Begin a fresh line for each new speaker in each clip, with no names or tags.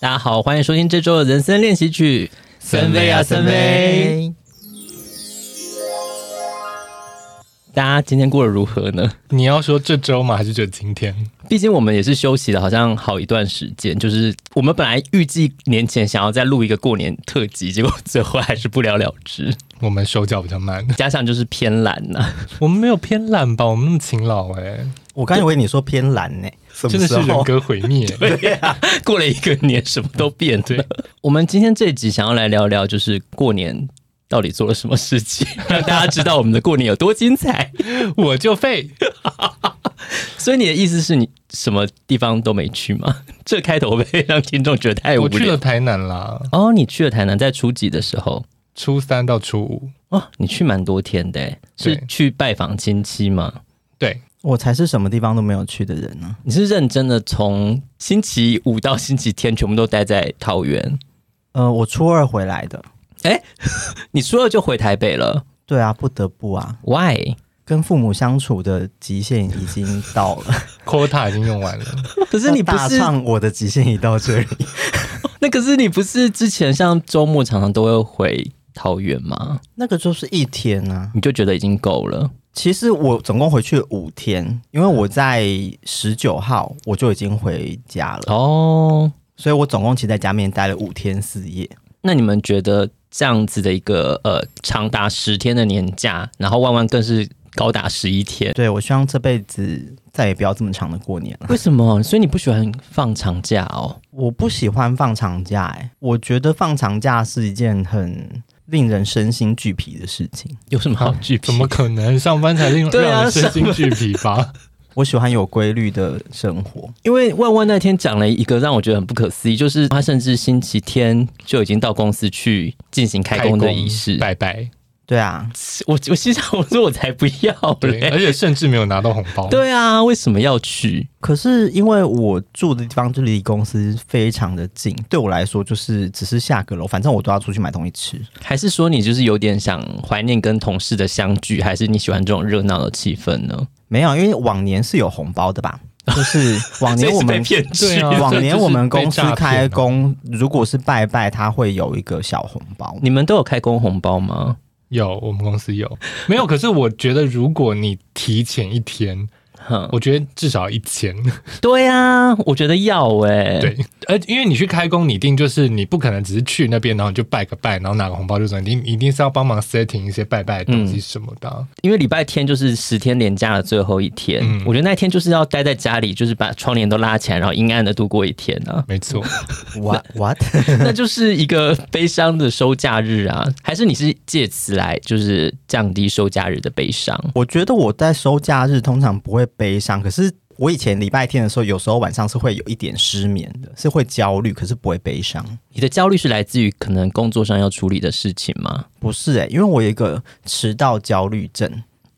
大家好，欢迎收听这周的人生练习曲。森威啊森威！大家今天过得如何呢？
你要说这周吗？还是就今天？
毕竟我们也是休息了，好像好一段时间。就是我们本来预计年前想要再录一个过年特辑，结果最后还是不了了 之。
我们手脚比较 慢，
加上就是偏懒啊呐、
我们没有偏懒吧？我们那么勤劳哎、
我刚以为你说偏蓝呢、什
真
么
的
时
是人
候？
格毁灭、
过了一个年，什么都变了
对。
我们今天这一集想要来聊聊，就是过年到底做了什么事情，让大家知道我们的过年有多精彩。
我就 废。
所以你的意思是你什么地方都没去吗？ 这开头会不会让听众觉得太无
我去
聊
了。台南啦，
哦，你去了台南，在初几的时候？
初三到初五。
哦，你去蛮多天的耶，是
对
去拜访亲戚吗？
对，
我才是什么地方都没有去的人呢、
你是认真的从星期五到星期天全部都待在桃园？
呃，我初二回来的。
哎 你初二就回台北了
对啊，不得不啊，
？Why？
跟父母相处的极限已经到了。
quota 已经用 完了，
可是 你不
大
是
唱我的极限已到这里。
那可是你不是之前像周末常常都会回桃园吗？
那个就是一天啊，
你就觉得已经够了。
其实我总共回去五天，因为我在十九号我就已经回家了，
哦，
所以我总共其实在家里面待了五天四夜。
那你们觉得这样子的一个呃长达十天的年假，然后万万更是高达十一天，
对我希望这辈子再也不要这么长的过年了。
为什么？所以你不喜欢放长假哦？
我不喜欢放长假、哎，我觉得放长假是一件很令人身心俱疲的事情。
有什么好惧怕？
怎么可能？上班才令
对啊
让人身心俱疲吧？
我喜欢有规律的生活，
因为万万那天讲了一个让我觉得很不可思议，就是他甚至星期天就已经到公司去进行开工的仪式。
拜拜。
对啊，
我我心想，我说我才不要
对，而
嘞！
且甚至没有拿到红包。
对啊，为什么要去？
可是因为我住的地方就离公司非常的近，对我来说就是只是下个楼，反正我都要出去买东西吃。
还是说你就是有点想怀念跟同事的相聚，还是你喜欢这种热闹的气氛呢？
没有，因为往年是有红包的吧？就是 往
所
年
以
我
是被
们
骗去
对啊
往年我们公司
这就是被诈骗啊
开工，如果是拜拜，它会有一个小红包。
你们都有开工红包吗？
有我们公司有没有？可是我觉得，如果你提前一天，
哼，
我觉得至少一千。
对啊，我觉得要哎、
对，而呃因为你去开工，你一定就是你不可能只是去那边，然后你就拜个拜，然后拿个红包就走，你一定一定是要帮忙 setting 一些拜拜的东西什么的啊、
因为礼拜天就是十天连假的最后一天，
嗯，
我觉得那一天就是要待在家里，就是把窗帘都拉起来，然后阴暗的度过一天啊
没错，
What what？
那就是一个悲伤的收假日啊。还是你是借此来就是降低收假日的悲伤？
我觉得我在收假日通常不会悲伤，可是我以前礼拜天的时候，有时候晚上是会有一点失眠的，是会焦虑，可是不会悲伤。
你的焦虑是来自于可能工作上要处理的事情吗？
不是欸诶、因为我有一个迟到焦虑症。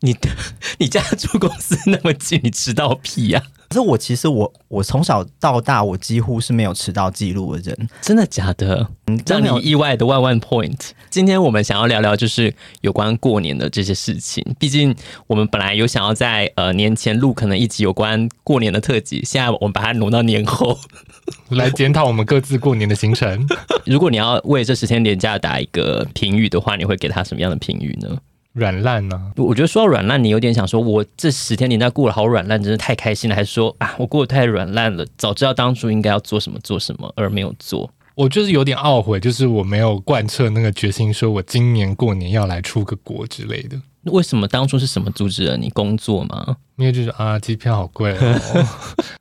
你 你家住公司那么近，你迟到屁啊呀、
可是我其实我我从小到大我几乎是没有迟到记录的人，
真的假的？
嗯，
让
没有
你意外的万万 point。今天我们想要聊聊就是有关过年的这些事情，毕竟我们本来有想要在呃年前录可能一集有关过年的特辑，现在我们把它挪到年后。
来检讨我们各自过年的行程。
如果你要为这十天连假打一个评语的话，你会给他什么样的评语呢？
软烂啊呢、
我觉得说到软烂，你有点想说，我这十天连假过得好软烂，真是太开心了，还是说啊，我过得太软烂了，早知道当初应该要做什么做什么，而没有做。
我就是有点懊悔，就是我没有贯彻那个决心，说我今年过年要来出个国之类的。
为什么当初是什么阻止了你工作吗？
因为就是啊，机票好贵哦。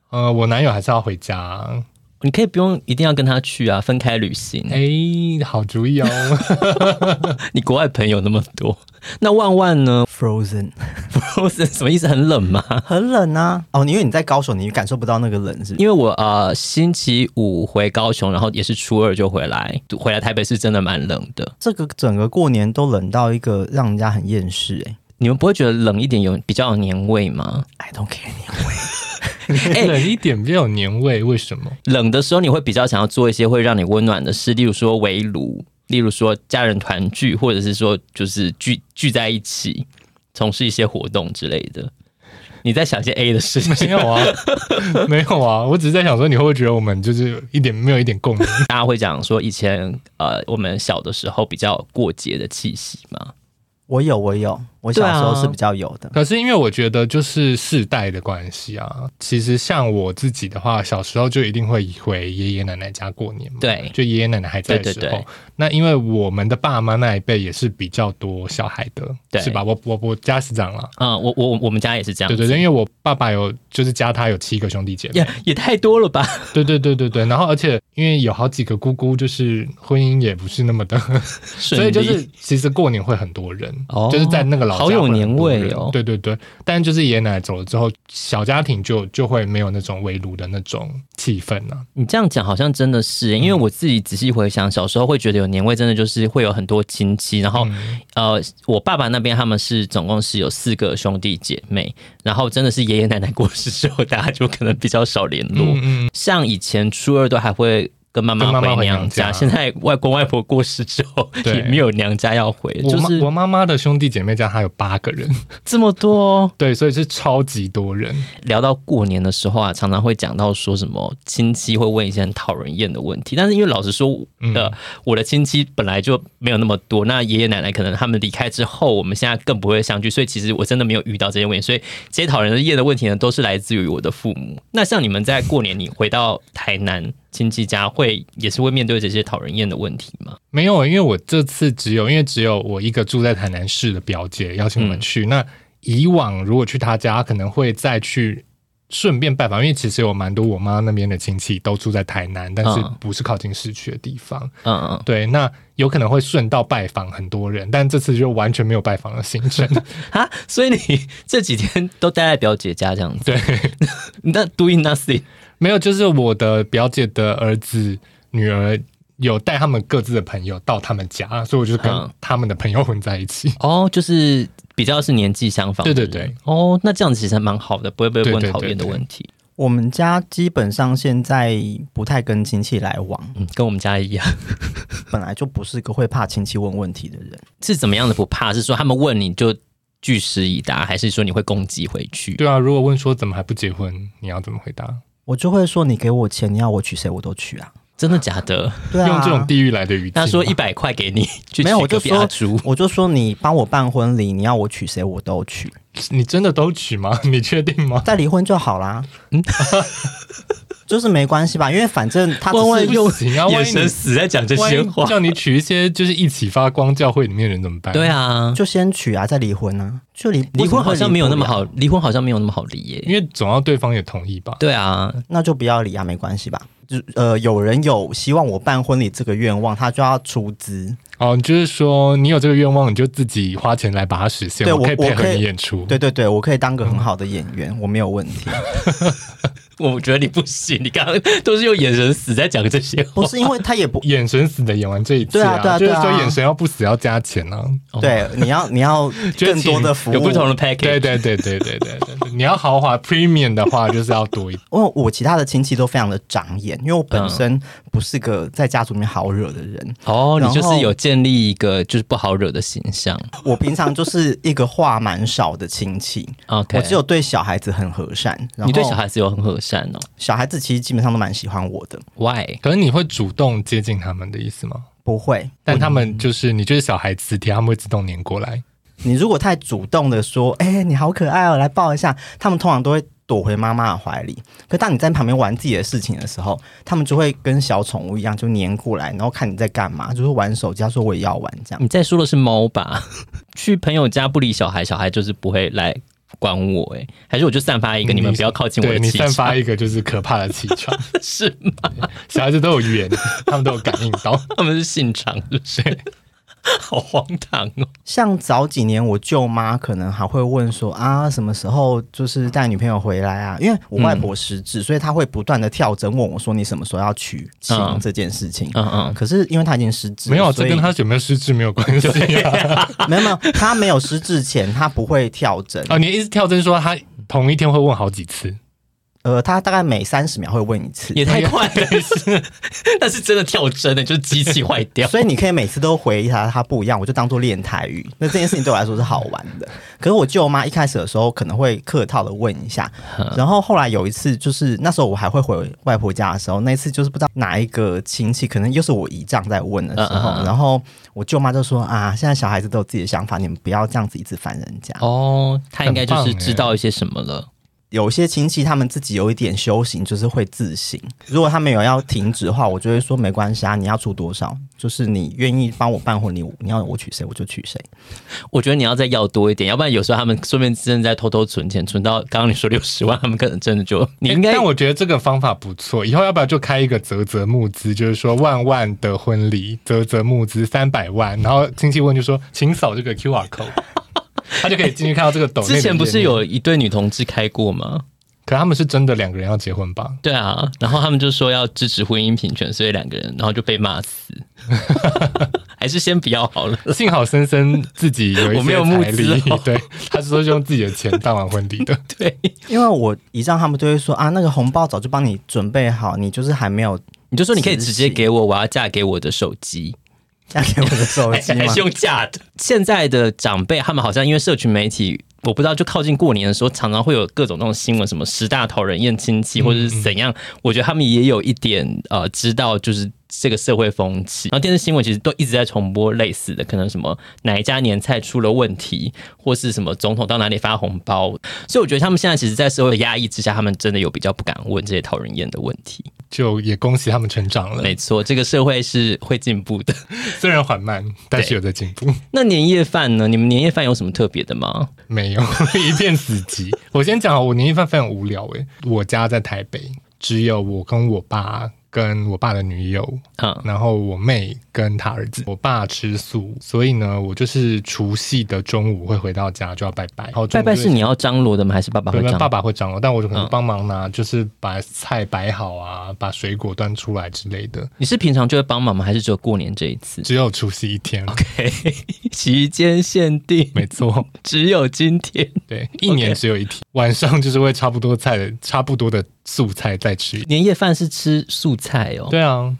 呃，我男友还是要回家、啊
你可以不用一定要跟他去啊，分开旅行。
哎、好主意哦。
你国外朋友那么多， 那万万呢
frozen，
？Frozen 什么意思？很冷吗？
很冷啊。哦，因为你在高手，你感受不到那个冷是不是
因为我呃星期五回高雄，然后也是初二就回来，回来台北是真的蛮冷的。
这个整个过年都冷到一个让人家很厌世欸诶、
你们不会觉得冷一点有比较有年味吗？
I don't care 你。
哎
冷一点比较有年味，为什么？
冷的时候你会比较想要做一些会让你温暖的事，例如说围炉，例如说家人团聚，或者是说就是聚聚在一起，从事一些活动之类的。你在想一些 A 的事情。
没有 啊，没有啊，我只是在想说，你会不会觉得我们就是一点没有一点 共鸣？
大家会讲说，以前呃，我们小的时候比较过节的气息嘛。
我有，我有，我
对
小
啊
时候是比较有的。
可是因为我觉得就是世代的关系啊，其实像我自己的话，小时候就一定会回爷爷奶奶家过年嘛。
对
就爷爷奶奶还在的时候。
对对对
那因为我们的爸妈那一辈也是比较多小孩的，
对
是吧？我我我家是长啦，
嗯，我我我们家也是这样
对
子。
对对，因为我爸爸有就是家他有七个兄弟姐妹，
也也太多了吧？
对对对对对。然后而且因为有好几个姑姑，就是婚姻也不是那么的所
所
以就是其实过年会很多人，
哦
就是在那个老家
好有
会很
年
多
味
人
哦
对对对，但就是爷爷奶奶走了之后，小家庭就就会没有那种围炉的那种气氛啊。
你这样讲，好像真的是，因为
嗯
我自己仔细回想，小时候会觉得有年味，真的就是会有很多亲戚，然
嗯
后、呃，我爸爸那边他们是总共是有四个兄弟姐妹，然后真的是爷爷奶奶过世之后，大家就可能比较少联络。
嗯
像以前初二都还会跟妈
跟
妈
妈妈回
娘
娘家
现在外公外婆过世之后，
对
也没有娘家要回，
我
就
妈
是
我妈妈的兄弟姐妹家还有八个人，
这么多哦、
对，所以是超级多人。
聊到过年的时候啊，常常会讲到说什么亲戚会问一些很讨人厌的问题，但是因为老实说，呃，我的亲戚本来就没有那么多，那爷爷奶奶可能他们离开之后，我们现在更不会相聚，所以其实我真的没有遇到这些问题，所以这些讨人厌的问题呢，都是来自于我的父母。那像你们在过年，你回到台南亲戚家会，也是会面对这些讨人厌的问题吗？
没有，因为我这次只有因为只有我一个住在台南市的表姐邀请我们
嗯
去。那以往如果去她家，可能会再去顺便拜访，因为其实有蛮多我妈那边的亲戚都住在台南，但是
嗯
不是靠近市区的地方。
嗯嗯，
对，那有可能会顺道拜访很多人，但这次就完全没有拜访的行 程。
啊，所以你这几天都待在表姐家这样子，
对，
嗯那 doing nothing，
没有，就是我的表姐的儿子、女儿。有带他们各自的朋友到他们家，所以我就跟
嗯
他们的朋友混在一起。
哦，就是比较是年纪相仿的
对
人，
对对
哦，那这样子其实还蛮好的，不会被
对
问
对
讨
对
厌的
对
问题，
我们家基本上现在不太跟亲戚来往，
嗯，跟我们家一样。
本来就不是个会怕亲戚问问题的人。
是怎么样的不怕？是说他们问你就据实以答，还是说你会攻击回去？
对啊，如果问说怎么还不结婚，你要怎么回答？
我就会说，你给我钱，你要我娶谁我都娶 啊。
真的假的？
对啊，
用这种地狱来的语气吗。
他说一百块给你去
没有
娶
我就
隔壁阿
说
朱，
我就说你帮我办婚礼，你要我娶谁我 都娶，
你真的都娶吗？ 你确定吗？
再离婚就好啦。
嗯
就是没关系吧，因为反正他只
万万
是
用
不行啊万
眼
一你
神死在讲这
万
些
一
话。
叫你娶一些就是一起发光教会里面的人怎么办？
对，啊，
就先娶啊，再离婚啊，就离
离婚好像没有那么，
为什会
好，离婚好像没有那么好离耶。
因为总要对方也同意吧。
对啊，
不了那就不要离啊，没关系吧。就呃，有人有希望我办婚礼这个愿望，他就要出资。
哦，你就是说你有这个愿望，你就自己花钱来把它实现。
对
我
我
可以配合
我可以
你演出。
对对对，我可以当个很好的演员，我没有问题。
我觉得你不行，你刚刚都是用眼神死在讲这些话
不。是因为他也不
眼神死的演完这一次
对啊对
就是
啊对啊
说眼神要不死要加钱啊。
对，你 要你要
就
更
请
多的服务，
有不同的
对
package，
对对对对对对，对你要豪华 premium 的话，就是要多一点。
因为我其他的亲戚都非常的长眼，因为我本身不是个在家族里面好惹的人，
哦，你就
然后
是有建立一个就是不好惹的形象。
我平常就是一个话蛮少的亲戚。
OK，
我只有 对小孩子很和善，然后
你对小孩子有很和善哦
小孩子其实基本上都蛮喜欢我的，
？Why？
可是你会主动接近他们的意思吗？
不会。
但他
嗯
们就是你就是小孩磁铁，他们会自动粘过来。
你如果太主动的说，哎、你好可爱哦，来抱一下，他们通常都会躲回妈妈的怀里。可当你在旁边玩自己的事情的时候，他们就会跟小宠物一样，就黏过来，然后看你在干嘛，就是玩手机，他说我也要玩这样。
你在说的是猫吧？ 去朋友家不理小孩，小孩就是不会来管我、欸，还是我就散发一个你们不要靠近我
对
的
嗯你
气
散发
场，
一个就是可怕的气场。
是吗？
小孩子都有缘，他们都有感应 到。
他们是信场，是不是？好荒唐哦！
像早几年我舅妈可能还会问说啊，什么时候就是带女朋友回来啊？因为我外婆失智，所以她会不断的跳针问我说你什么时候要娶亲
嗯
这件事情。
嗯 嗯，
可是因为她已经失智
啊
了，
没有，啊
所
这
以
跟他有没有失智没有关系 啊。
没有没有，她没有失智前她不会跳针。
哦，你一直跳针说他同一天会问好几次，
呃，他大概每三十秒会问一次，
也太快了，那是 真的跳针欸的，就是机器坏掉。
所以你可以每次都回答他不一样，我就当做练台语。那这件事情对我来说是好玩的。可是我舅妈一开始的时候可能会客套的问一下，
嗯
然后后来有一次就是那时候我还会回外婆家的时候，那一次就是不知道哪一个亲戚，可能又是我姨丈在问的时候，
嗯嗯嗯
然后我舅妈就说啊，现在小孩子都有自己的想法，你们不要这样子一直烦人家。
哦，他应该就
很
是
棒耶
知道一些什么了。
有些亲戚他们自己有一点修行，就是会自省。如果他们有要停止的话，我就会说没关系啊，你要出多少，就是你愿意帮我办婚礼，你要我娶谁我就娶谁。
我觉得你要再要多一点，要不然有时候他们顺便真的在偷偷存钱，存到刚刚你说六十万，他们可能真的就你
诶
应该
但我觉得这个方法不错，以后要不要就开一个泽泽募资，就是说万万的婚礼泽泽募资三百万，然后亲戚问就说，请扫这个 QR code，他 就可以进去看到这个抖内的
之前不是
页面，
有一对女同志开过吗？
可他们是真的两个人要结婚吧？
对啊，然后他们就说要支持婚姻平权，所以两个人然后就被骂 死，还是先不要好了。
幸好森森自己有 一
我没
些
有募
财
资哦
力， 对，他是说是用自己的钱办完婚礼的，
对，
因为我姨丈他们都会说啊，那个红包早就帮你准备好，你就是还没有
你就说你可以直接
执行
给我，我要嫁给我的手机，
嫁给我的手
还
机
还
嘛
是。用嫁的。现在的长辈他们好像因为社群媒体。我不知道，就靠近过年的时候，常常会有各种那种新闻，什么十大讨人厌亲戚，或者是怎样。我觉得他们也有一点呃，知道就是这个社会风气。然后电视新闻其实都一直在重播类似的，可能什么哪一家年菜出了问题，或是什么总统到哪里发红包。所以我觉得他们现在其实，在社会的压抑之下，他们真的有比较不敢问这些讨人厌的问题。
就也恭喜他们成长了，
没错，这个社会是会进步的。
虽然缓慢，但是有在进步。
那年夜饭呢？你们年夜饭有什么特别的吗？
没有， 一片死寂。我先讲哦，我年夜饭非常无聊诶、我家在台北，只有我跟我爸跟我爸的女友，
啊、
然后我妹跟她儿子。我爸吃素，所以呢，我就是除夕的中午会回到家就要拜拜。然后中
拜拜
午就是
你要张罗的吗？还是爸爸
对
会张
爸
罗？
爸会
嗯
张罗，但我就可能帮忙拿，就是把菜摆好啊，把水果端出来之类的。
你是平常就会帮忙吗？还是只有过年这一次？
只有除夕一天
期间限定，
没错，
只有今天。
对，一年只有一天。晚上就是会差不多菜的，差不多的素菜再吃一。
年夜饭是吃素菜哦，
对啊，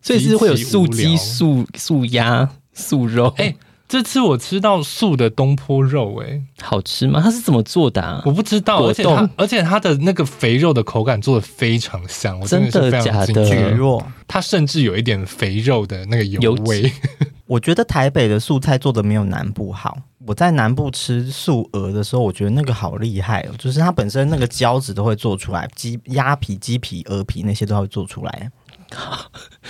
所以是会有素鸡、
极其无聊
素素鸭、素肉。哎、
哎、这次我吃到素的东坡肉、哎，
好吃吗？它是怎么做的、啊
我？不知道，
果
而且它
冻
而且它的那个肥肉的口感做的非常香，我真的
真的
是非常惊
假
举
的
讶。
弱，
它甚至有一点肥肉的那个油
油
味，
我觉得台北的素菜做的没有南部好。我在南部吃素鹅的时候，我觉得那个好厉害哦，就是它本身那个胶质都会做出来，鸡鸭皮、鸡皮、鹅皮那些都会做出来。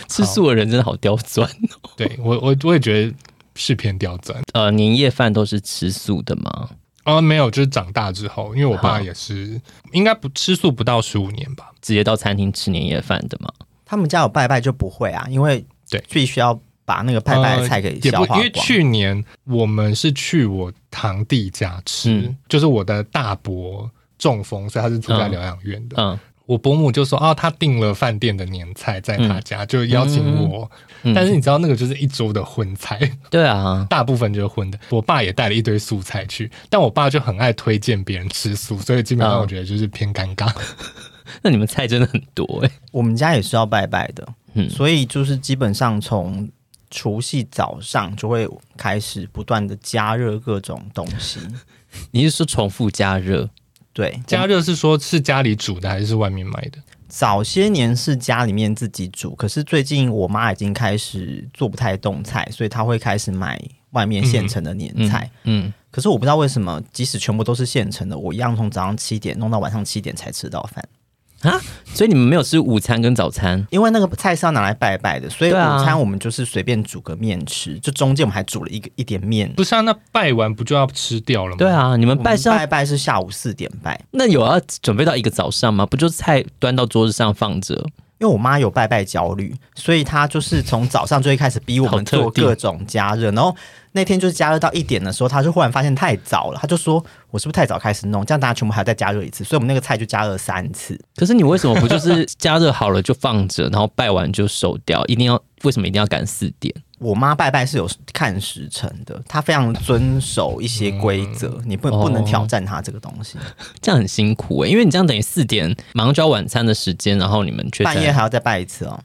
吃素的人真的好刁钻。
对我我我也觉得是偏刁钻。
呃，年夜饭都是吃素的吗？
哦，没有，就是长大之后，因为我
好
爸也是，应该不吃素不到十五年吧。
直接到餐厅吃年夜饭的吗？
他们家有拜拜就不会啊，因为
对呃
必须要把那个拜拜的菜给
也
消
不
化光。
因为去年我们是去我堂弟家吃，
嗯
就是我的大伯中风，所以他是住在
嗯
疗养院的。
嗯，
我伯母就说：“哦，她订了饭店的年菜在她家，就邀请我。
嗯
但是你知道，那个就是一桌的荤菜，
对啊，
大部分就是荤的。我爸也带了一堆素菜去，但我爸就很爱推荐别人吃素，所以基本
嗯
上我觉得就是偏尴尬。
那你们菜真的很多哎、
我们家也是要拜拜的，
嗯
所以就是基本上从除夕早上就会开始不断的加热各种东 西。
你是说重复加热？
对，
加热是说是家里煮的还是外面买的？
早些年是家里面自己煮，可是最近我妈已经开始做不太动菜，所以她会开始买外面现成的年菜。
嗯，
可是我不知道为什么，即使全部都是现成的，我一样从早上七点弄到晚上七点才吃到饭。
啊，所以你们没有吃午餐跟早餐？
因为那个菜是要拿来拜拜的，所以午
对啊
餐我们就是随便煮个面吃，就中间我们还煮了一个一点面。
不是啊，那拜完不就要吃掉了吗？
对，啊，你们拜是
我们拜
要
拜是下午四点拜，
那有要准备到一个早上吗？不就菜端到桌子上放着？
因为我妈有拜拜焦虑，所以她就是从早上就会开始逼我
好
们
特
做
地
各种加热，然后那天就是加热到一点的时候，她就忽然发现太早了，她就说：“我是不是太早开始弄？这样大家全部还要再加热一次。”所以我们那个菜就加热三次，
可是你为什么不 就是加热好了就放着，然后拜完就收掉？一定要为什么一定要赶四点？
我妈拜拜是有看时辰的，她非常遵守一些规则，你不不能
哦
挑战她这个东西。
这样很辛苦欸诶、因为你这样等于四点马上就要晚餐的时间，然后你们却在
半夜还要再拜一次 哦。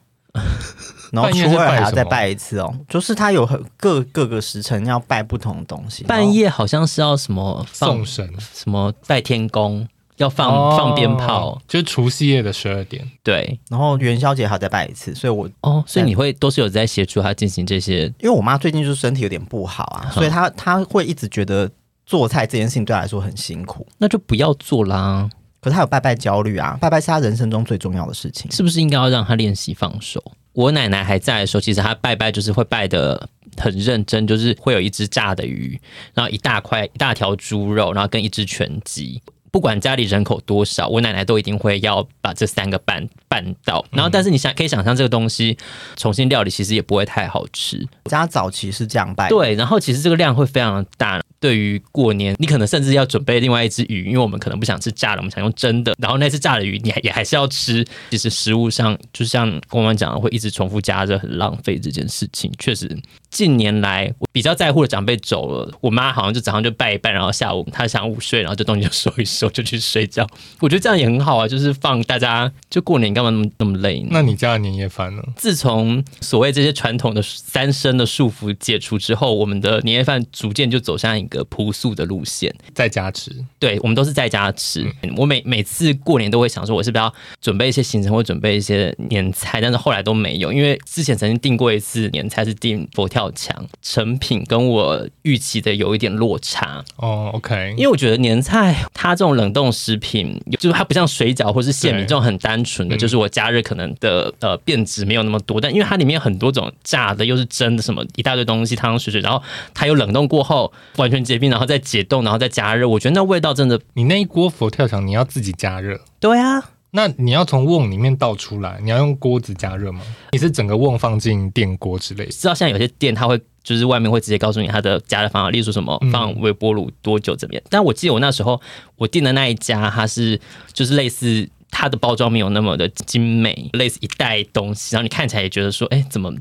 然后
半夜
初
是
二
拜
还要
什
再
么
拜一次哦，就是它有很各各个时辰要拜不同的东西。哦然
半
后
夜好像是要什么放
送神
什么拜天公，要放、
哦
放鞭炮，
就是除夕夜的十二点。
对
然后元宵节还要再拜一次，所以我
哦，所以你会都是有在协助他进行这些
因为我妈最近就是身体有点不好
嗯
啊，所以她她会一直觉得做菜这件事情对她来说很辛苦。
那就不要做啦，
可是她有拜拜焦虑啊，拜拜是她人生中最重要的事情。
是不是应该要让他练习放手？我奶奶还在的时候，其实她拜拜就是会拜的很认真，就是会有一只炸的鱼，然后一大块一大条猪肉，然后跟一只全鸡。不管家里人口多少，我奶奶都一定会要把这三个办办到。然后，但是你想可以想象这个东西重新料理，其实也不会太好吃。
我家早期是这样拜，，
对，然后其实这个量会非常大。对于过年，你可能甚至要准备另外一只鱼，因为我们可能不想吃炸的，我们想用蒸的。然后那只炸的鱼，你还也还是要吃。其实食物上，就像公关讲的，会一直重复加热，很浪费这件事情。确实，近年来我比较在乎的长辈走了，我妈好像就早上就拜一拜，然后下午她想午睡，然后这东西就收一收，就去睡觉。我觉得这样也很好啊，就是放大家就过年干嘛那么那么累呢？
那你家的年夜饭呢？
自从所谓这些传统的三生的束缚解除之后，我们的年夜饭逐渐就走向一个朴素的路线。
在家吃，
对，我们都是在家吃。我每每次过年都会想说，我是不是要准备一些行程，或准备一些年菜？但是后来都没有，因为之前曾经订过一次年菜，是订佛跳墙，成品跟我预期的有一点落差。
哦，OK，
因为我觉得年菜它这种冷冻食品，就是它不像水饺或是馅饼
对
这种很单纯的，
嗯
就是我加热可能的呃变质没有那么多，但因为它里面有很多种炸的又是蒸的什么一大堆东西汤汤水水，然后它又冷冻过后完全结冰，然后再解冻，然后再加热，我觉得那味道真的
你那一锅佛跳墙你要自己加热，
对啊，
那你要从瓮里面倒出来，你要用锅子加热吗？你是整个瓮放进电锅之类的？
知道现在有些店它会就是外面会直接告诉你它的加热方法，例如说什么放微波炉多久怎么样。但我记得我那时候我订的那一家，它是就是类似它的包装没有那么的精美，类似一袋东西，然后你看起来也觉得说，哎、怎么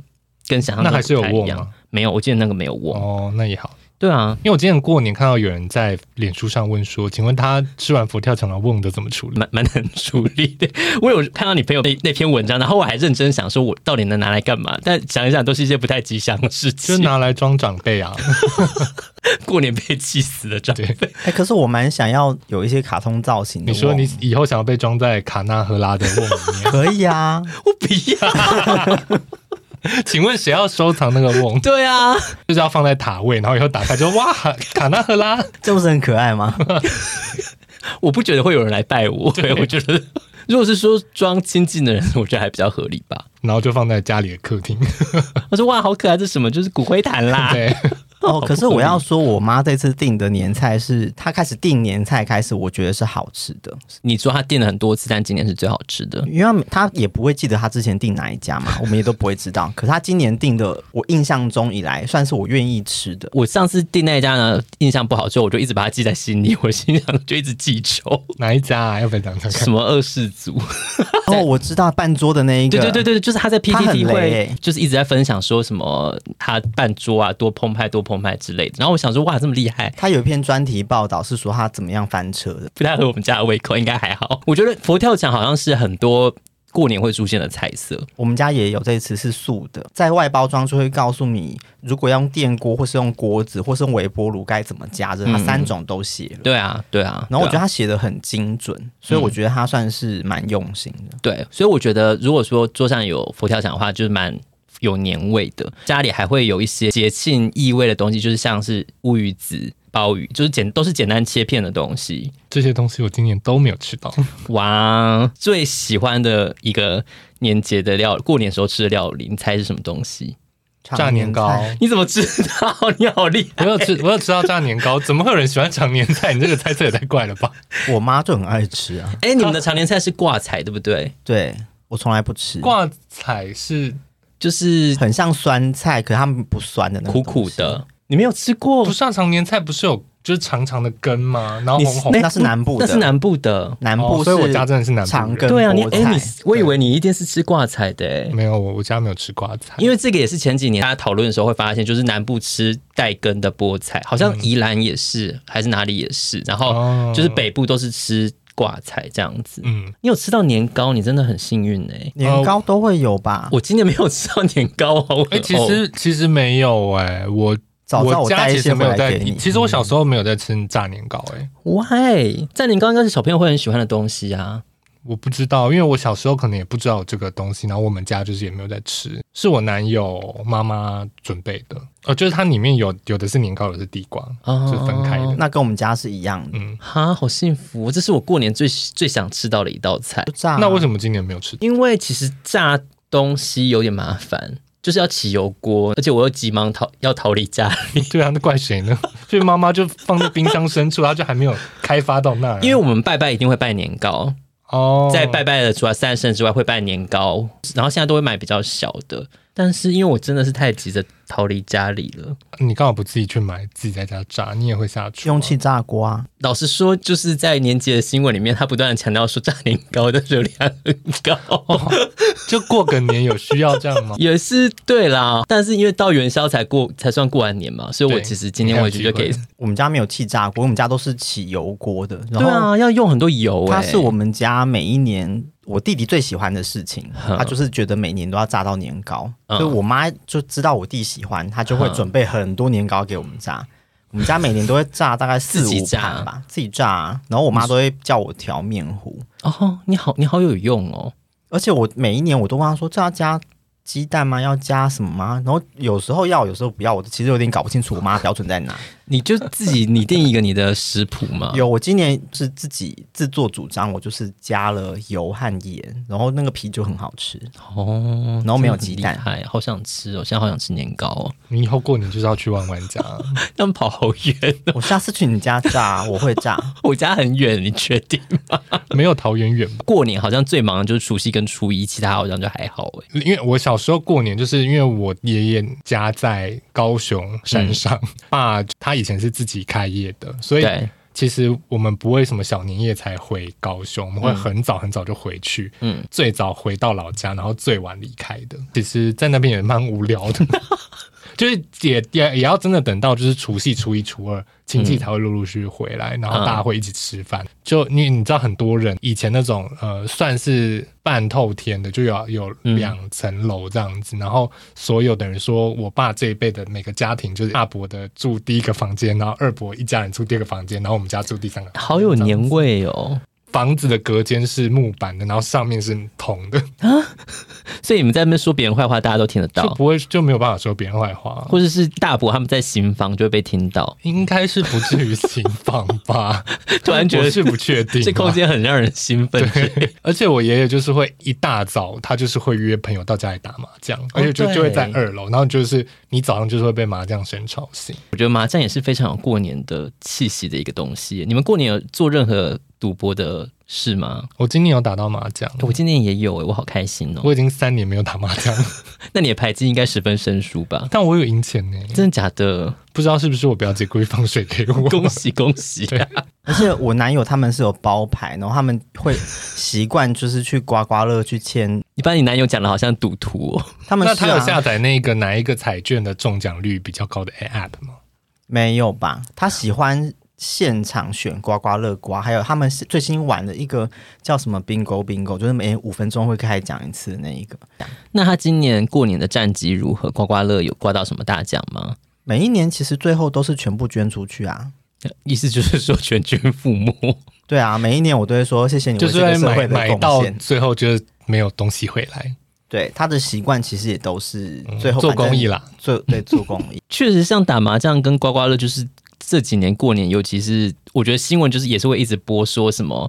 跟想象
那
中
还是有
不太一
瓮
样
吗？？
没有，我记得那个没有握。
哦，那也好，
对啊，
因为我今天过年看到有人在脸书上问说，请问他吃完佛跳墙的瓮的怎么处理？
蛮蛮难处理的。我有看到你朋友那那篇文章，然后我还认真想说，我到底能拿来干嘛？但想一想，都是一些不太吉祥的事
就
情。
是拿来装长辈 啊，
过年被气死的长辈。
哎、可是我蛮想要有一些卡通造型的。
你说你以后想要被装在卡纳赫拉的瓮里面，
可 以啊，
我不 要。
请问谁要收藏那个瓮？
对啊，
就是要放在塔位，然后以后打开就哇，卡纳赫拉。
这不是很可爱吗？
我不觉得会有人来拜我，对 我觉得。如果是说装亲近的人，我觉得还比较合理吧。
然后就放在家里的客厅。
我说哇，好可爱，这什么？就是骨灰坛啦。
对，
哦，可是我要说，我妈这次订的年菜是她开始订年菜开始，我觉得是好吃的，
你说他订了很多次，但今年是最好吃的。
因为她也不会记得她之前订哪一家嘛，我们也都不会知道。可是她今年订的，我印象中以来算是我愿意吃的。
我上次订那一家呢，印象不好之后，我就一直把它记在心里，我心想就一直记仇，
哪一家、啊？要不要讲讲看？
什么二世祖。
哦，我知道半桌的那一个，
对对对对，就是他在
他很
PPT
雷
会
欸，
就是一直在分享说什么他办桌啊，多澎湃多澎湃之类的。然后我想说哇，这么厉害，
他有一篇专题报道是说他怎么样翻车的，
不太合我们家的胃口，应该还好。我觉得佛跳墙好像是很多过年会出现的菜色。
我们家也有这一次是素的，在外包装就会告诉你，如果要用电锅或是用锅子或是用微波炉该怎么加热，它
嗯
三种都写了。
对啊，对啊。
然后我觉
得
得他写的很精准，所以
嗯
我觉得他算是蛮用心的。
对,、所以我觉得如果说桌上有佛跳墙的话，就是蛮。有年味的，家里还会有一些节庆意味的东西，就是像是乌鱼子、鲍鱼，就是简都是简单切片的东西。
这些东西我今年都没有吃到。
哇，最喜欢的一个年节的料，过年时候吃的料理，你猜是什么东西？
炸年糕，
常菜
你怎么知道？ 你好厉
我
害！
有吃，我有吃到炸年糕。怎么会有人喜欢长年菜？你这个猜测也太怪了吧？
我妈就很爱吃啊。
哎、你们的常年菜是挂彩对不对？
对我从来不吃，
挂彩是
就是
很像酸菜，可是他们不酸的那种
苦
东
苦。
西
的。你没有吃过
不？是啊？长年菜不是有就是长长的根吗？然后
你
红红
哦那是南部的
那是南部的。
南
哦
部
所以我
是
家真的是南部
长
人
根
对啊，你
菠
哎、
菜
你我以为你一定是吃挂菜的、欸，
没有，我我家没有吃瓜菜，
因为这个也是前几年大家讨论的时候会发现，就是南部吃带根的菠菜，好像宜兰也是，还是哪里也是，然后
嗯哦
就是北部都是吃挂菜这样子。
嗯，
你有吃到年糕，你真的很幸运哎、
年糕都会有
呃
吧？
我今年没有吃到年糕哦。
哎、其实其实没有哎、我
早知道
我
我
家
带一
其
些
实没
回
有
来
在
给你，。嗯
其实我小时候没有在吃炸年糕哎、
why 蘸年糕应该是小朋友会很喜欢的东西啊。
我不知道，因为我小时候可能也不知道有这个东西，然后我们家就是也没有在吃，是我男友妈妈准备的，呃，就是它里面有有的是年糕，有的是地瓜，
哦
是分开的。
那跟我们家是一样的，
嗯，
哈，好幸福！这是我过年最最想吃到的一道菜
就，炸啊。
那为什么今年没有吃？
因为其实炸东西有点麻烦，就是要起油锅，而且我又急忙逃要逃离 家
对啊，那怪谁呢？ 所以妈妈就放在冰箱深处，它就还没有开发到
嗯
那儿啊。
因为我们拜拜一定会拜年糕，
哦，
在拜拜的除了三圣之外会拜年糕，然后现在都会买比较小的。但是因为我真的是太急着逃离家里了，
你刚好不自己去买，自己在家炸，你也会下厨啊、
用气炸锅啊？
老实说，就是在年节的新闻里面，他不断的强调说炸年糕的热量很
哦
高，？
就过个年有需要这样吗
也是对啦。但是因为到元宵才过才算过完年嘛，所以我
对
其实今天回去就可以
你看。
我们家没有气炸锅，我们家都是起油锅的。然
对
后
啊，要用很多油、欸。
它是我们家每一年我弟弟最喜欢的事情，
哼
他就是觉得每年都要炸到年糕，
嗯
所以我妈就知道我弟喜欢，她就会
哼
准备很多年糕给我们炸。我们家每年都会炸大概四
自己
五
炸
盘吧，自己炸啊。然后我妈都会叫我调面糊，
哦，你好，你好有用哦。
而且我每一年我都问她说：“这要加鸡蛋吗？要加什么吗？”然后有时候要，有时候不要，我其实有点搞不清楚我妈的标准在哪。
你就自己拟定一个你的食谱嘛。
有，我今年是自己自作主张，我就是加了油和盐，然后那个啤酒很好吃。
哦，
然后没有
真的很
鸡蛋
厉害好想吃哦！现在好想吃年糕哦，
你以后过年就是要去万万家，啊
他们跑好远哦，
我下次去你家炸，我会炸。
我家很远，你确定？
没有桃园远吧？
过年好像最忙的就是除夕跟初一，其他好像就还好哎。
因为我小时候过年，就是因为我爷爷家在高雄山上，爸他以前是自己开业的，所以
对，
其实我们不会什么小年夜才回高雄，我们会很早很早就回去，
嗯
嗯，最早回到老家，然后最晚离开的。其实，在那边也蛮无聊的，就是也也也要真的等到就是除夕、初一、初二，亲戚才会陆陆续续回来，然后大家会一起吃饭。就你你知道，很多人以前那种呃，算是半透天的，就有有两层楼这样子，然后所有的人说，我爸这一辈的每个家庭就是大伯的住第一个房间，然后二伯一家人住第二个房间，然后我们家住第三个 房间
好有年味哦。
房子的隔间是木板的，然后上面是铜的，
所以你们在那边说别人坏话，大家都听得
就
到，
不会就没有办法说别人坏话。啊
或者是大伯他们在新房就会被听到。
应该是不至于新房 吧？
突然觉
我
得
是不确定啊，
这空间很让人兴奋，
而且我爷爷就是会一大早，他就是会约朋友到家里打麻将，
哦
而且就
对
就会在二楼，然后就是你早上就是会被麻将声吵醒。
我觉得麻将也是非常有过年的气息的一个东西。你们过年有做任何赌博的事吗？
我今年有打到麻将，
我今年也有哎，我好开心哦。
我已经三年没有打麻将， 了，
那你的牌技应该十分生疏吧？
但我有赢钱呢，
真的假的？
不知道是不是我表姐故意放水给 我。
恭喜恭喜、 啊！
而且我男友他们是有包牌，然后他们会习惯就是去刮刮乐去签。
你把你男友讲的好像赌徒哦。
他们
那
是、
他有下
啊、
载那个哪一个彩券的中奖率比较高的 App 吗？
没有吧？他喜欢现场选刮刮乐刮，还有他们是最新玩的一个叫什么 bingo bingo，就是每五分钟会开始讲一次的那一个。
那他今年过年的战绩如何？刮刮乐有刮到什么大奖吗？
每一年其实最后都是全部捐出去啊。
意思就是说全军覆没。。
对啊，每一年我都会说谢谢你
就
为
是
这个社
买
会
买
的
到
贡献。
最后就是没有东西回来，
对他的习惯其实也都是最后
嗯做
反正
公益啦。
做对做公益
确实，像打麻将跟刮刮乐，就是这几年过年，尤其是我觉得新闻就是也是会一直播说什么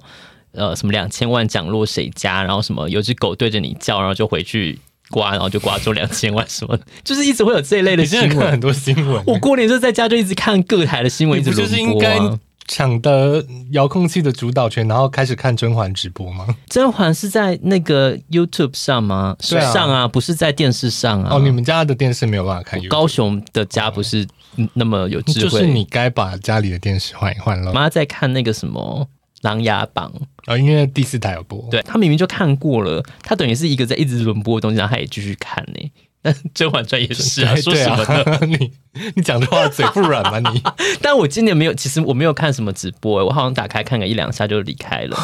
呃什么两千万奖落谁家，然后什么有只狗对着你叫，然后就回去刮，然后就刮中两千万什么，就是一直 会有这一类的
你
新
真的看
闻。
很多新闻，
我过年就在家就一直看各台的新闻，
你
一直
不就
轮
是应
播
该
啊。
抢的遥控器的主导权，然后开始看甄嬛直播吗？
甄嬛是在那个 YouTube 上吗？是
对啊
上啊，不是在电视上啊。
哦，你们家的电视没有办法看 YouTube，
高雄的家不是那么有智慧，
就是你该把家里的电视换一换了。
妈在看那个什么《琅琊榜》，
哦，因为第四台有播，
对她明明就看过了，她等于是一个在一直轮播的东西，然后她也继续看呢、 但《甄嬛传》也是啊，
对
说什么呢？
对啊、 你你讲这话嘴不软吗？你
但我今年没有，其实我没有看什么直播、我好像打开看个一两下就离开 了。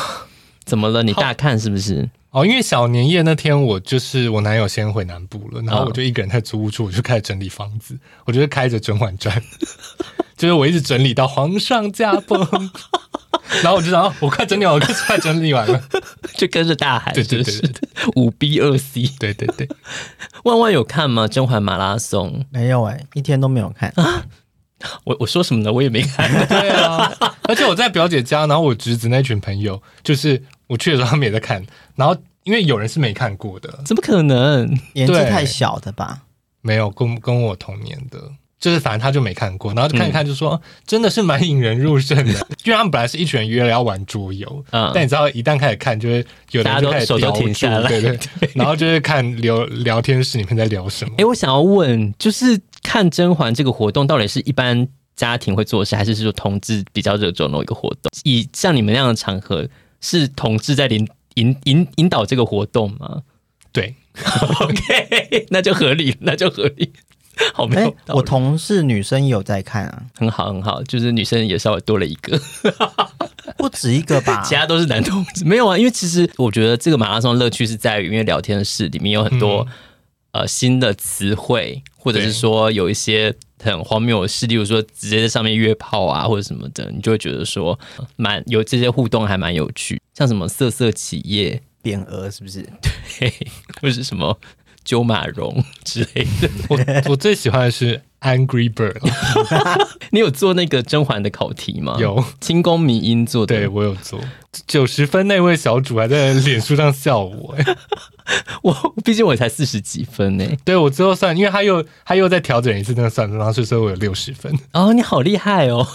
怎么了？你大看是不是？
哦，因为小年夜那天，我就是我男友先回南部了，然后我就一个人在租屋处，我就开始整理房子， 我就是开着《甄嬛传》，就是我一直整理到皇上驾崩， 然后我就想，哦我快整理完了，我快整理完了，
就跟着大喊，
对
真
对对
是的。 五 B 二 C，
对对对，
万万有看吗？《甄嬛马拉松
没有哎、一天都没有看。》
我我说什么呢？我也没看。
对啊，而且我在表姐家，然后我侄子那群朋友，就是我去的时候他们也在看，然后因为有人是没看过的，
怎么可能？
年纪
对
太小的吧？
没有跟跟我同年的，就是反正他就没看过，然后就看一看就
嗯
说、真的是蛮引人入胜的， 因为他们本来是一群人约了要玩桌游，
嗯
但你知道一旦开始看，就会有
大家
人就
都
开始
手都
叼
停
住
下来
对对， 然后就会看聊聊天室里面在聊什么
哎、。我想要问，就是看甄嬛这个活动，到底是一般家庭会做的事，还是说同志比较热衷的一个活动？以像你们那样的场合，是同志在领引引引导这个活动吗
对，
？OK，那就合理，那就合理。 好没
哎、
有道理、
我同事女生也有在看啊，
很好很好，就是女生也稍微多了一个，？
不止一个 吧
其他都是男同志。没有啊，因为其实我觉得这个马拉松乐趣是在于，因为聊天室里面有很多、
嗯
呃新的词汇，或者是
对
说有一些很荒谬的事，例如说直接在上面约炮啊，或者什么的，你就会觉得说呃蛮有这些互动还蛮有趣，像什么色色企业，
匾额是不是？
嘿嘿，或者是什么鸠马蓉 之类的。
我我最喜欢的是 Angry Bird，了
你有做那个甄嬛的考题吗？
有，
清宫迷音做的。
对我有做九十分那位小主还在脸书上笑我、哎
我毕竟我才四十几分欸呢、
对我最后算，因为他又他又再调整一次那个算法，所以说我有六十分，
哦，你好厉害哦！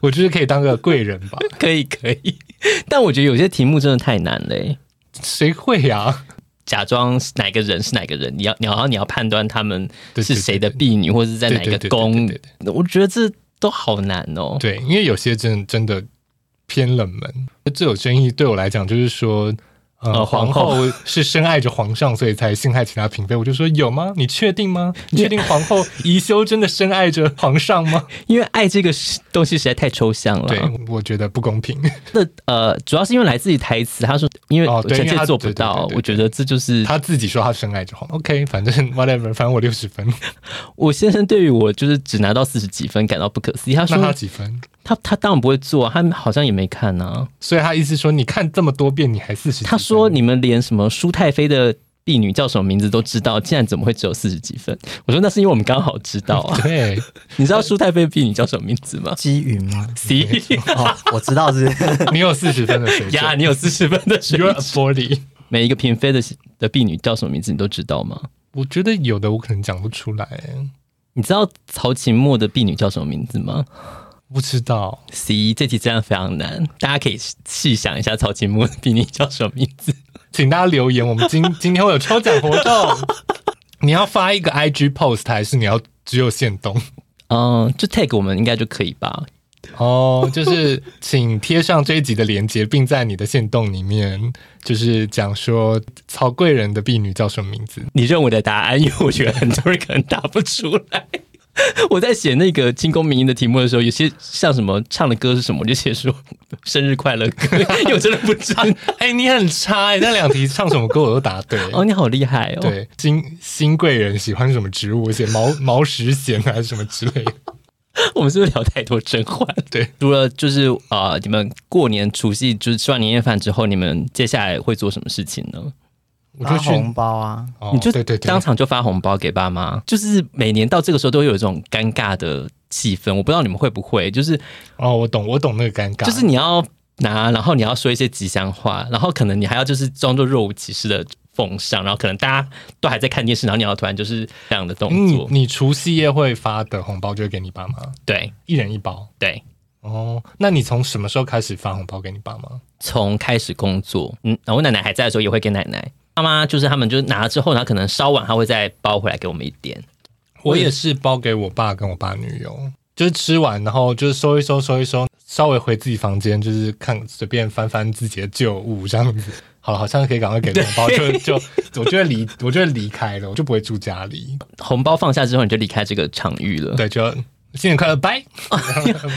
我就是可以当个贵人吧，
可以可以，但我觉得有些题目真的太难了欸、
谁会啊呀、
假装是哪个人是哪个人，你要你要然后你要判断他们
对
是
对
谁
对
的婢女，或者是在哪
对
个
对对对
宫
对对，
我觉得这都好难哦。
对，因为有些真真的偏冷门，这有争议。对我来讲，就是说，呃，
呃皇
皇
后
后是深爱着皇上，所以才陷害其他嫔妃。我就说有吗？你确定吗？你确定皇后宜修真的深爱着皇 上吗？
因为爱这个是东西实在太抽象了。
对，我觉得不公平。
那呃，主要是因为来自于台词，他说因为
哦对
臣
因为
妾
他
做不
对对对
到，
对
我觉得这就是
他自己说他深爱着皇，OK，反正 whatever，反正我六十分，
我先生对于我就是只拿到四十几分感到不可思议。他
那
说
他几分？
他他当然不会做啊，他好像也没看啊。
所以他意思说，你看这么多遍，你还四 十？
他说：“你们连什么舒太妃的婢女叫什么名字都知道，竟然怎么会只有四十几分？”我说：“那是因为我们刚好知道啊。
对，
你知道舒太妃婢女叫什么名字 吗
基云吗？
？C
哦，我知道是
你有四十分的水
呀，
准
你有四十分的水
，You're
准
a。forty。
每一个嫔妃的的婢女叫什么名字，你都知道吗？
我觉得有的我可能讲不出来，
你知道曹琴墨的婢女叫什么名字吗
不知道。
？C 这题真的非常难，大家可以细想一下曹琴墨的婢女叫什么名字。
请大家留言，我们今今天会有抽奖活动。你要发一个 IG post 还是你要只有限动？
嗯，就 tag 我们应该就可以吧？
哦，就是请贴上这一集的链接，并在你的限动里面，就是讲说曹贵人的婢女叫什么名字？
你认为的答案，因为我觉得很多人可能答不出来。 我在写那个清宫名音的题目的时候，有些像什么唱的歌是什么，我就写说生日快乐歌， 因为我真的不知道。
哎、你很差哎、那两题唱什么歌我都答对。
哦，你好厉害哦！
对，新新贵人喜欢什么植物？我写毛 毛石藓还是什么之 类的。
我们是不是聊太多甄嬛？
对，
除了就是呃，你们过年除夕就是吃完年夜饭之后，你们接下来会做什么事情呢？
我
发
就去，
红包啊，
哦、
你就
对对对，
当场就发红包给爸妈，就是每年到这个时候都会有一种尴尬的气氛。我不知道你们会不会，就是
哦，我懂，我懂那个尴尬，
就是你要拿，然后你要说一些吉祥话，然后可能你还要就是装作若无其事的奉上，然后可能大家都还在看电视，然后你要突然就是这样的动
嗯你
作，
你除夕夜会发的红包就会给你爸妈，
对
一人一包。
对，
哦，那你从什么时候开始发红包给你爸妈？
从开始工作，嗯，然后我奶奶还在的时候也会给奶奶、妈妈，就是他们就是拿了之后，然后可能稍晚她会再包回来给我们一点。
我也是包给我爸跟我爸女友，就是吃完然后就是收一收收一收，稍微回自己房间，就是看随便翻翻自己的旧物这样子。好了，好像可以赶快给红 包，就就我就会离，我就会离开了，我就不会住家里。
红包放下之后，你就离开这个场域了。
对，就新年快乐，拜。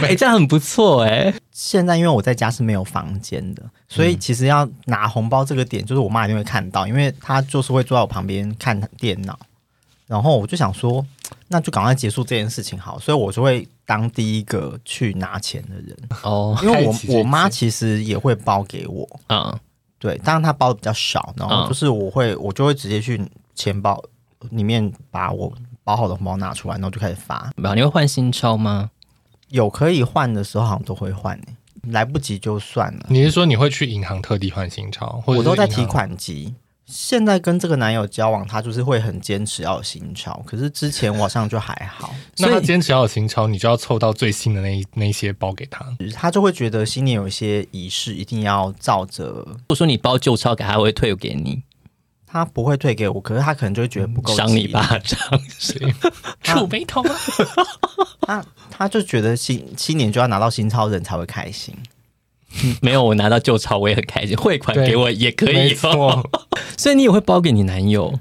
哎、这样很不错哎、
现在因为我在家是没有房间的，所
嗯
以其实要拿红包这个点，就是我妈一定会看到，因为她就是会坐在我旁边看电脑。然后我就想说，那就赶快结束这件事情好，所以我就会当第一个去拿钱的 人，
哦，
因为
开启这
我
一
我妈
次
其实也会包给我，
啊、
对，当然她包的比较少，然后
嗯
就是我会我就会直接去钱包里面把我包好的红包拿出来，然后就开始发，
嗯，好你会换新钞吗？
有可以换的时候好像都会换、欸，来不及就算了。
你是说你会去银行特地换新钞，嗯或者
我
是
都在
银行
提？款机。现在跟这个男友交往，他就是会很坚持要有新钞，可是之前我好像就还好，
那
所
他
以
坚持要有新钞，你就要凑到最新的那一那一些包给他。
他就会觉得新年有一些仪式一定要照着，
如果说你包旧钞给她，她会退给你，
他不会退给我，可是他可能就会觉得不够
赏
吉
你
利
巴掌。
触眉头啊！
他他就觉得新新年就要拿到新钞，人才会开心。
没有，我拿到旧钞我也很开心，汇款
对
给我也可
没
以、哦。
错，
所以你也会包给你男友，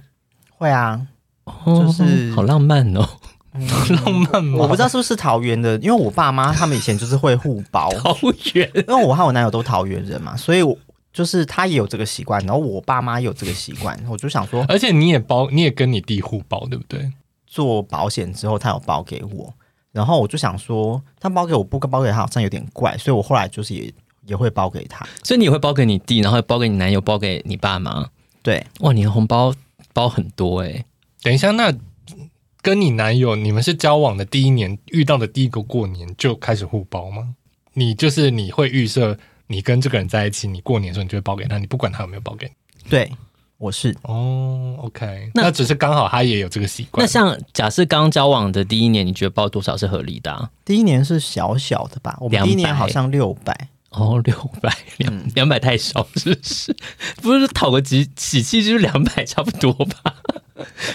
会啊，
哦
就是
好浪漫哦。
浪漫吗？
我不知道是不是桃园的，因为我爸妈他们以前就是会互包，
好远，
因为我和我男友都桃园人嘛，所以我就是他也有这个习惯，然后我爸妈也有这个习惯，我就想 说
而且你也包，你也跟你弟互包，对不对？
做保险之后，他有包给我，然后我就想说，他包给我不包给他好像有点怪，所以我后来就是也也会包给他。
所以你也会包给你弟，然后包给你男友，包给你爸妈。
对，
哇，你的红包包很多哎、
等一下，那跟你男友，你们是交往的第一年遇到的第一个过年就开始互包吗？你就是你会预设你跟这个人在一起，你过年的时候你就会包给他，你不管他有没有包给你。
对，我是
哦，OK，
那
那只是刚好他也有这个习惯。
那像假设刚交往的第一年，你觉得包多少是合理的、啊？
第一年是小小的吧，我们
200
第一年好像六百，
哦，六百两
嗯
两百太少，是不是？不是讨个几喜气就是两百差不多吧？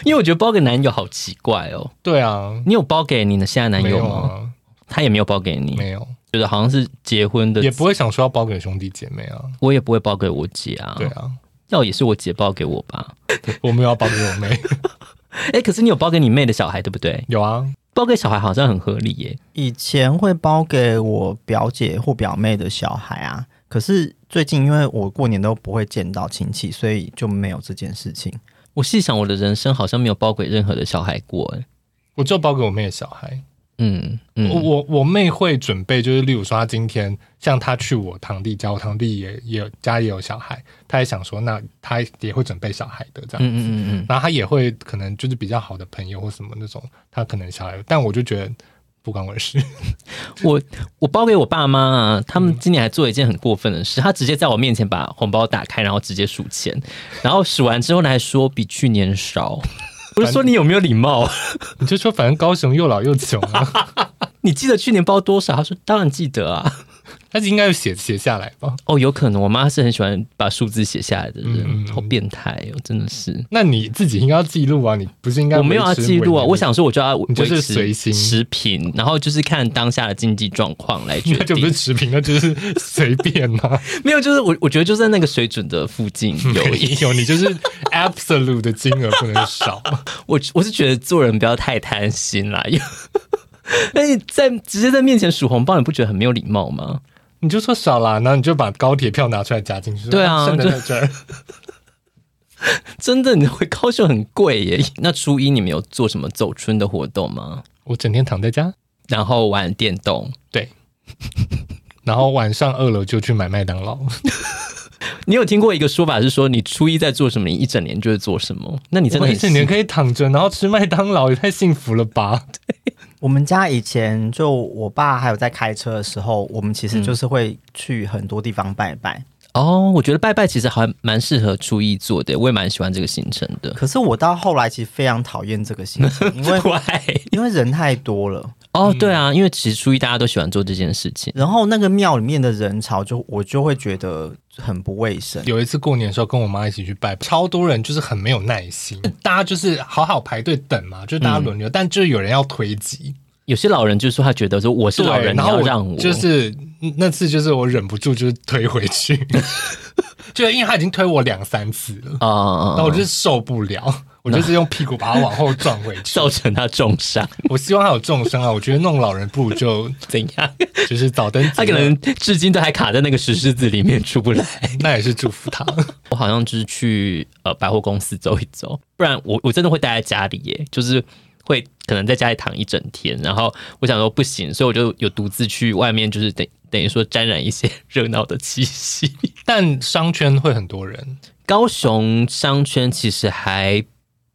因为我觉得包给男友好奇怪哦。
对啊，
你有包给你的现在男
没
友
有
吗？
啊，
他也没有包给你，
没有，
觉得好像是结婚的，
也不会想说要包给兄弟姐妹啊。
我也不会包给我姐啊。
对啊，
要也是我姐包给我吧。
我没有要包给我妹，
哎、可是你有包给你妹的小孩对不对？
有啊，
包给小孩好像很合理耶。
以前会包给我表姐或表妹的小孩啊，可是最近因为我过年都不会见到亲戚，所以就没有这件事情。
我细想，我的人生好像没有包给任何的小孩过耶。
我就包给我妹的小孩。
嗯
我
嗯，
我我妹会准备，就是例如说，她今天像她去我堂弟家，我堂弟也也有家也有小孩，她也想说，那她也会准备小孩的这
嗯
样。
嗯嗯嗯，
然后她也会可能就是比较好的朋友或什么那种，她可能小孩，但我就觉得不关我的事。
我我包给我爸妈啊，他
嗯
们今年还做了一件很过分的事，他直接在我面前把红包打开，然后直接数钱，然后数完之后呢，还说比去年少。我就说你有没有礼貌？
你就说，反正高雄又老又穷啊，
你记得去年包多少？他说当然记得啊。
但是应该有写写下来吧？
哦，有可能我妈是很喜欢把数字写下来的人，
嗯嗯嗯
好变态哦，真的是。
那你自己应该要记录啊，你不是应该
我没有要
维持
记录啊，
每年
我想说我就要维
你就是
维持
随心
持平，然后就是看当下的经济状况来决
那就不是
定。
持平，那就是随便啊。
没有，就是我我觉得就在那个水准的附近 有
有
一。
有，你就是 absolute 的金额不能少。
我我是觉得做人不要太贪心啦， 因为而且在直接在面前数红包，你不觉得很没有礼貌吗？
你就说少啦，然后你就把高铁票拿出来加进去。
对啊
剩的
就
在这儿。
真的，你回高雄很贵耶。那初一你们有做什么走春的活动吗？
我整天躺在家，
然后玩电动？
然后晚上二楼就去买麦当劳。
你有听过一个说法是说，你初一在做什么，你一整年就会做什么？那你真的
我
很
一整年
幸
可以躺着，然后吃麦当劳，也太幸福了吧！
我们家以前就我爸还有在开车的时候，我们
嗯
其实就是会去很多地方拜拜。
哦，我觉得拜拜其实还蛮适合初一做的，我也蛮喜欢这个行程的。
可是我到后来其实非常讨厌这个行程，因为
怪
因为人太多了。
哦，对
嗯
啊，因为其实初一大家都喜欢做这件事情。
然后那个庙里面的人潮就，我就会觉得很不卫生。
有一次过年的时候，跟我妈一起去拜，超多人就是很没有耐心，
嗯
大家就是好好排队等嘛，就是大家轮流，但就是有人要推挤，
有些老人就说他觉得说我是
对
老人，你
然后
要让我，
就是那次就是我忍不住就是推回去， 就因为他已经推我两三次了，
啊啊
然后我就是受不了，我就是用屁股把他往后撞 回去。
造成他重伤，
我希望他有重伤啊，我觉得弄老人不如就
怎 样？
就是早登
他
记
可
了，
能至今都还卡在那个石狮子里面出不来。
那也是祝福他。
我好像就是去呃百货公司走一走，不然我我真的会待在家里耶，就是会可能在家里躺一整天。然后我想说不行，所以我就有独自去外面，就是等等于说沾染一些热闹的气息。
但商圈会很多人，
高雄商圈其实还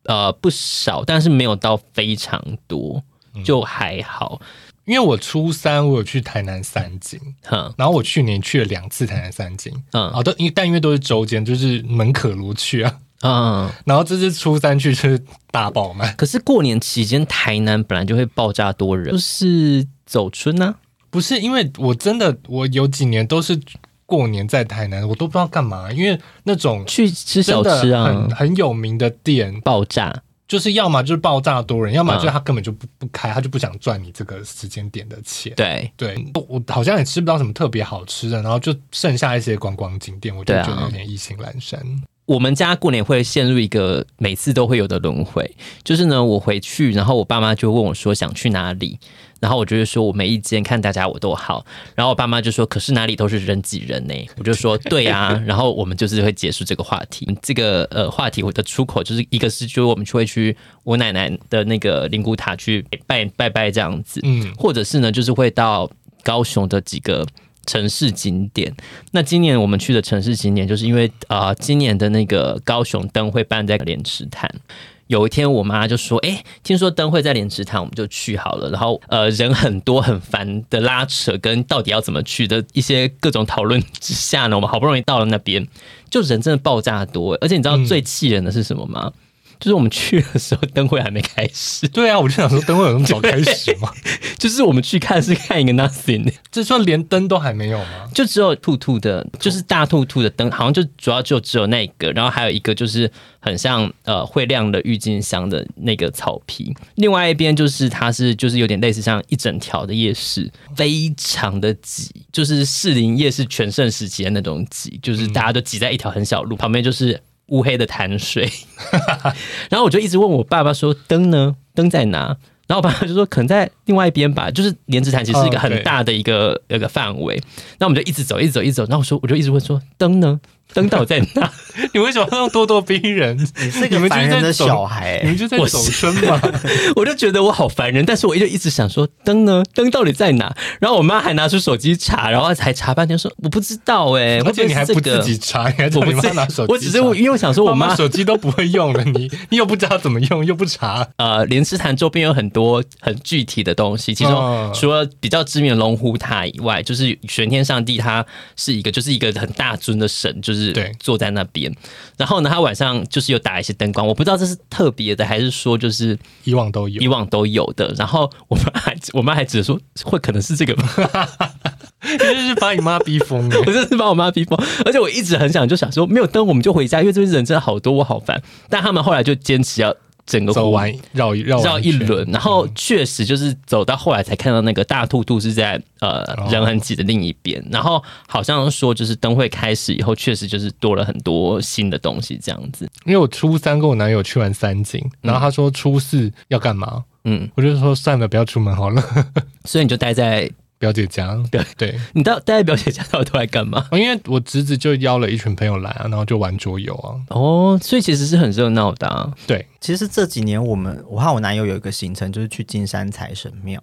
呃不少，但是没有到非常多，
嗯
就还好。
因为我初三我有去台南三井，
哼，
然后我去年去了两次台南三井，
嗯
啊，都因但因为都是周间，就是门可罗去啊，
嗯，
然后这次初三去就是大爆满，
可是过年期间台南本来就会爆炸多人，就是走啊春呢、
不是因为我真的我有几年都是过年在台南，我都不知道干嘛，因为那种
去吃
真
小
的
吃啊
很，很有名的店，
爆炸。
就是要么就是爆炸多人，要
嗯
么就是他根本就不不开，他就不想赚你这个时间点的钱。
对，
对，我我好像也吃不到什么特别好吃的，然后就剩下一些观光景点，我就
对啊
觉得有点意兴阑珊。
我们家过年会陷入一个每次都会有的轮回，就是呢，我回去，然后我爸妈就问我说想去哪里，然后我就会说我没意见，看大家我都好，然后我爸妈就说可是哪里都是人挤人呢、我就说对啊，然后我们就是会结束这个话题，这个呃话题我的出口就是一个是就是我们就会去我奶奶的那个灵骨塔去拜拜拜这样子，
嗯，
或者是呢，就是会到高雄的几个城市景点。那今年我们去的城市景点，就是因为呃，今年的那个高雄灯会办在莲池潭。有一天，我妈就说：“哎、听说灯会在莲池潭，我们就去好了。”然后，呃，人很多很烦的拉扯跟到底要怎么去的一些各种讨论之下呢，我们好不容易到了那边，就人真的爆炸多。而且你知道
嗯
最气人的是什么吗？就是我们去的时候，灯会还没开始，
对啊，我就想说，等会有那么早开始 吗？
就是我们去看是看一个 nothing
这算连灯都还没有吗？
就只有兔兔的，就是大兔兔的灯，好像就主要就只有那一个，然后还有一个就是很像呃会亮的郁金香的那个草皮，另外一边就是它是就是有点类似像一整条的夜市，非常的挤，就是士林夜市全盛时期的那种挤，就是大家都挤在一条很小路，旁边就是乌黑的潭水，然后我就一直问我爸爸说灯呢？灯在哪？然后我爸爸就说可能在另外一边吧，就是莲池潭其实是一个
哦对
很大的一个、一个范围。那我们就一直走，一直走，一直走。然后我说我就一直问说灯呢？灯到底在哪？
你为什么要用咄咄逼人？
你是
你
个
们就
烦
是
人
在
的
走
小孩、
你们就在
我是
走春嘛？
我就觉得我好烦人，但是我就一直想说灯呢？灯到底在哪？然后我妈还拿出手机查，然后还查半天说我不知道哎、
而且你还
会
不
会是这
自
个
己查，你还叫
我
你
不
妈
是
拿手机查，
我只是因为我想说我妈
妈妈手机都不会用了，你你又不知道怎么用，又不查，
呃，莲池潭周边有很多很具体的东西，其
嗯
中除了比较知名的龙虎塔以外，就是玄天上帝，他是一个就是一个很大尊的神，就是
对
坐在那边。然后呢，他晚上就是有打一些灯光，我不知道这是特别的，还是说就是
以往都
以
有。
往都有的。然后我妈还 我妈还只是说会可能是这个 吧，
你就是把你妈逼疯了。
我真是把我妈逼疯。而且我一直很想就想说没有灯我们就回家，因为这边人真的好多，我好烦。但他们后来就坚持要整个
走
活
完绕一绕
绕
完
一
圈
轮，然后确实就是走到后来才看到那个大兔兔是在呃
哦
人很挤的另一边，然后好像说就是灯会开始以后，确实就是多了很多新的东西这样子。
因为我初三跟我男友去完三井，然后他说初四要干嘛，
嗯，
我就说算了，不要出门好了，
所以你就待在
表姐家。对，
你到待在表姐家到底都在干嘛？
哦因为我侄子就邀了一群朋友来啊，然后就玩桌游啊。
哦，所以其实是很热闹的、啊、
对，
其实这几年我们，我和我男友有一个行程，就是去金山财神庙。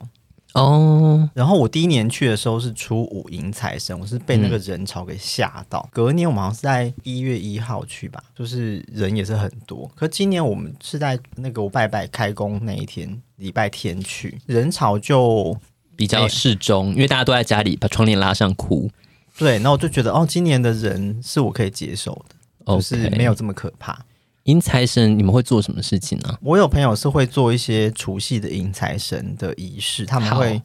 哦。
然后我第一年去的时候是初五迎财神，我是被那个人潮给吓到。隔年我们好像是在一月一号去吧，就是人也是很多。可今年我们是在那个我拜拜开工那一天，礼拜天去，人潮就
比较适中，因为大家都在家里把窗帘拉上哭。
对。那我就觉得哦，今年的人是我可以接受的，
哦，
就是没有这么可怕。
迎财神你们会做什么事情呢、
我有朋友是会做一些除夕的迎财神的仪式，他们
好
会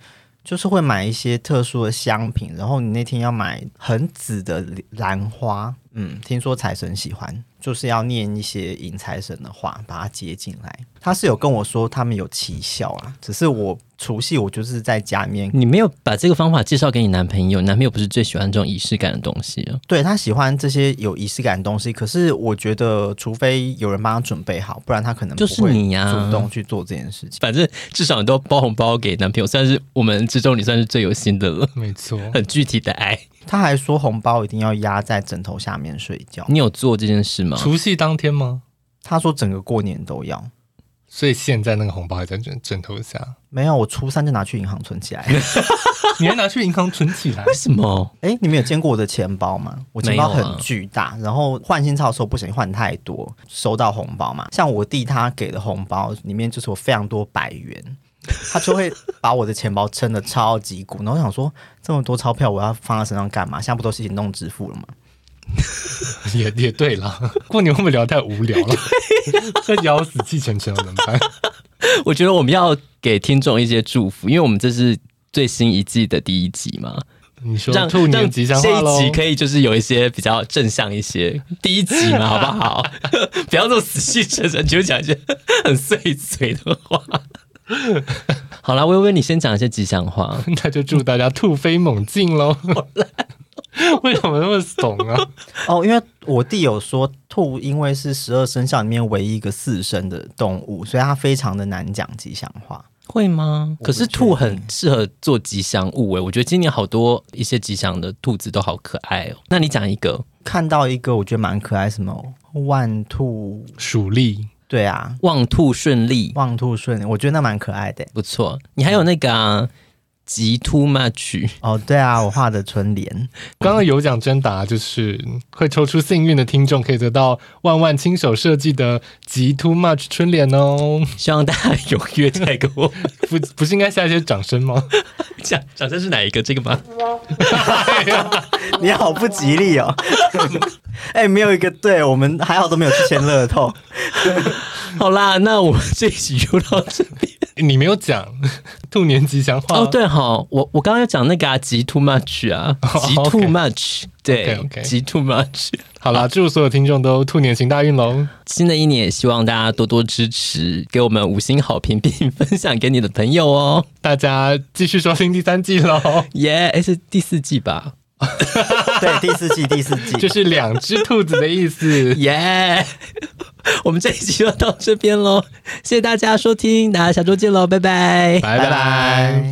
就是会买一些特殊的香品，然后你那天要买很紫的兰花，嗯，听说财神喜欢，就是要念一些迎财神的话，把它接进来。他是有跟我说他们有奇效啊，只是我除夕我就是在家里面，
你没有把这个方法介绍给你男朋友，男朋友不是最喜欢这种仪式感的东西了？
对他喜欢这些有仪式感的东西，可是我觉得除非有人帮他准备好，不然他可能
就是
不会
你啊呀
主动去做这件事情。
反正至少你都包红包给男朋友，算是我们之中你算是最有心的了，
没错，
很具体的爱。
他还说红包一定要压在枕头下面睡觉。
你有做这件事吗？
除夕当天吗？
他说整个过年都要。
所以现在那个红包还在枕枕头下，
没有，我初三就拿去银行 存起来。
你还拿去银行存起来
为，什么？
哎，你们有见过我的钱包吗？我钱包
没有啊
很巨大，然后换新钞的时候不小心换太多，收到红包嘛。像我弟他给的红包里面就是有非常多百元，他就会把我的钱包撑得超级鼓。然后我想说，这么多钞票我要放在身上干嘛？现在不都是行动支付了吗？
也也对啦。过年会不会聊太无聊了？ 这咬死气沉沉了怎么办？
我觉得我们要给听众一些祝福，因为我们这是最新一季的第一集嘛，
你说
让
兔
让
年
这
吉
一
祥话喽
集！可以就是有一些比较正向一些，第一集嘛，好不好？ 不要这么死气沉沉，就讲一些很碎嘴的话。 好啦，微微，你先讲一些吉祥话。
那就祝大家兔飞猛 进喽！为什么那么怂啊？
哦，因为我弟有说兔，因为是十二生肖里面唯一一个四生的动物，所以它非常的难讲吉祥话。
会吗？
我
可
不
是
确
兔很
定
适合做吉祥物欸诶、我觉得今年好多一些吉祥的兔子都好可爱哦、那你讲一个
看到一个我觉得蛮可爱，什么万兔，
鼠力
对啊，
望兔顺利，
望兔顺利，我觉得那蛮可爱的。欸
不错。你还有那个啊，极兔 much，
哦，对啊，我画的春联，
刚刚有奖征答，就是会抽出幸运的听众，可以得到万万亲手设计的极 Too Much 春联哦。
希望大家踊跃再给我
不，不是应该下一些掌声吗？
讲掌声是哪一个？这个吗？
你好不吉利哦。 哎、没有一个对，我们还好都没有去签乐透。
好啦，那我们这一集就到这边。
你没有讲兔年吉祥话
哦，对哈，我我刚刚有讲那个啊，极兔 much 啊，极兔
OK
much，对
OK，OK，
极兔 much。
好啦，祝所有听众都兔年行大运喽！
新的一年也希望大家多多支持，给我们五星好评，并分享给你的朋友哦。
大家继续收听第三季喽，
耶、诶是第四季吧？
对，第四季，第四季，
就是两只兔子的 意思。
耶、我们这一集就到这边喽，谢谢大家收听，大家下周见喽，拜拜。
拜拜。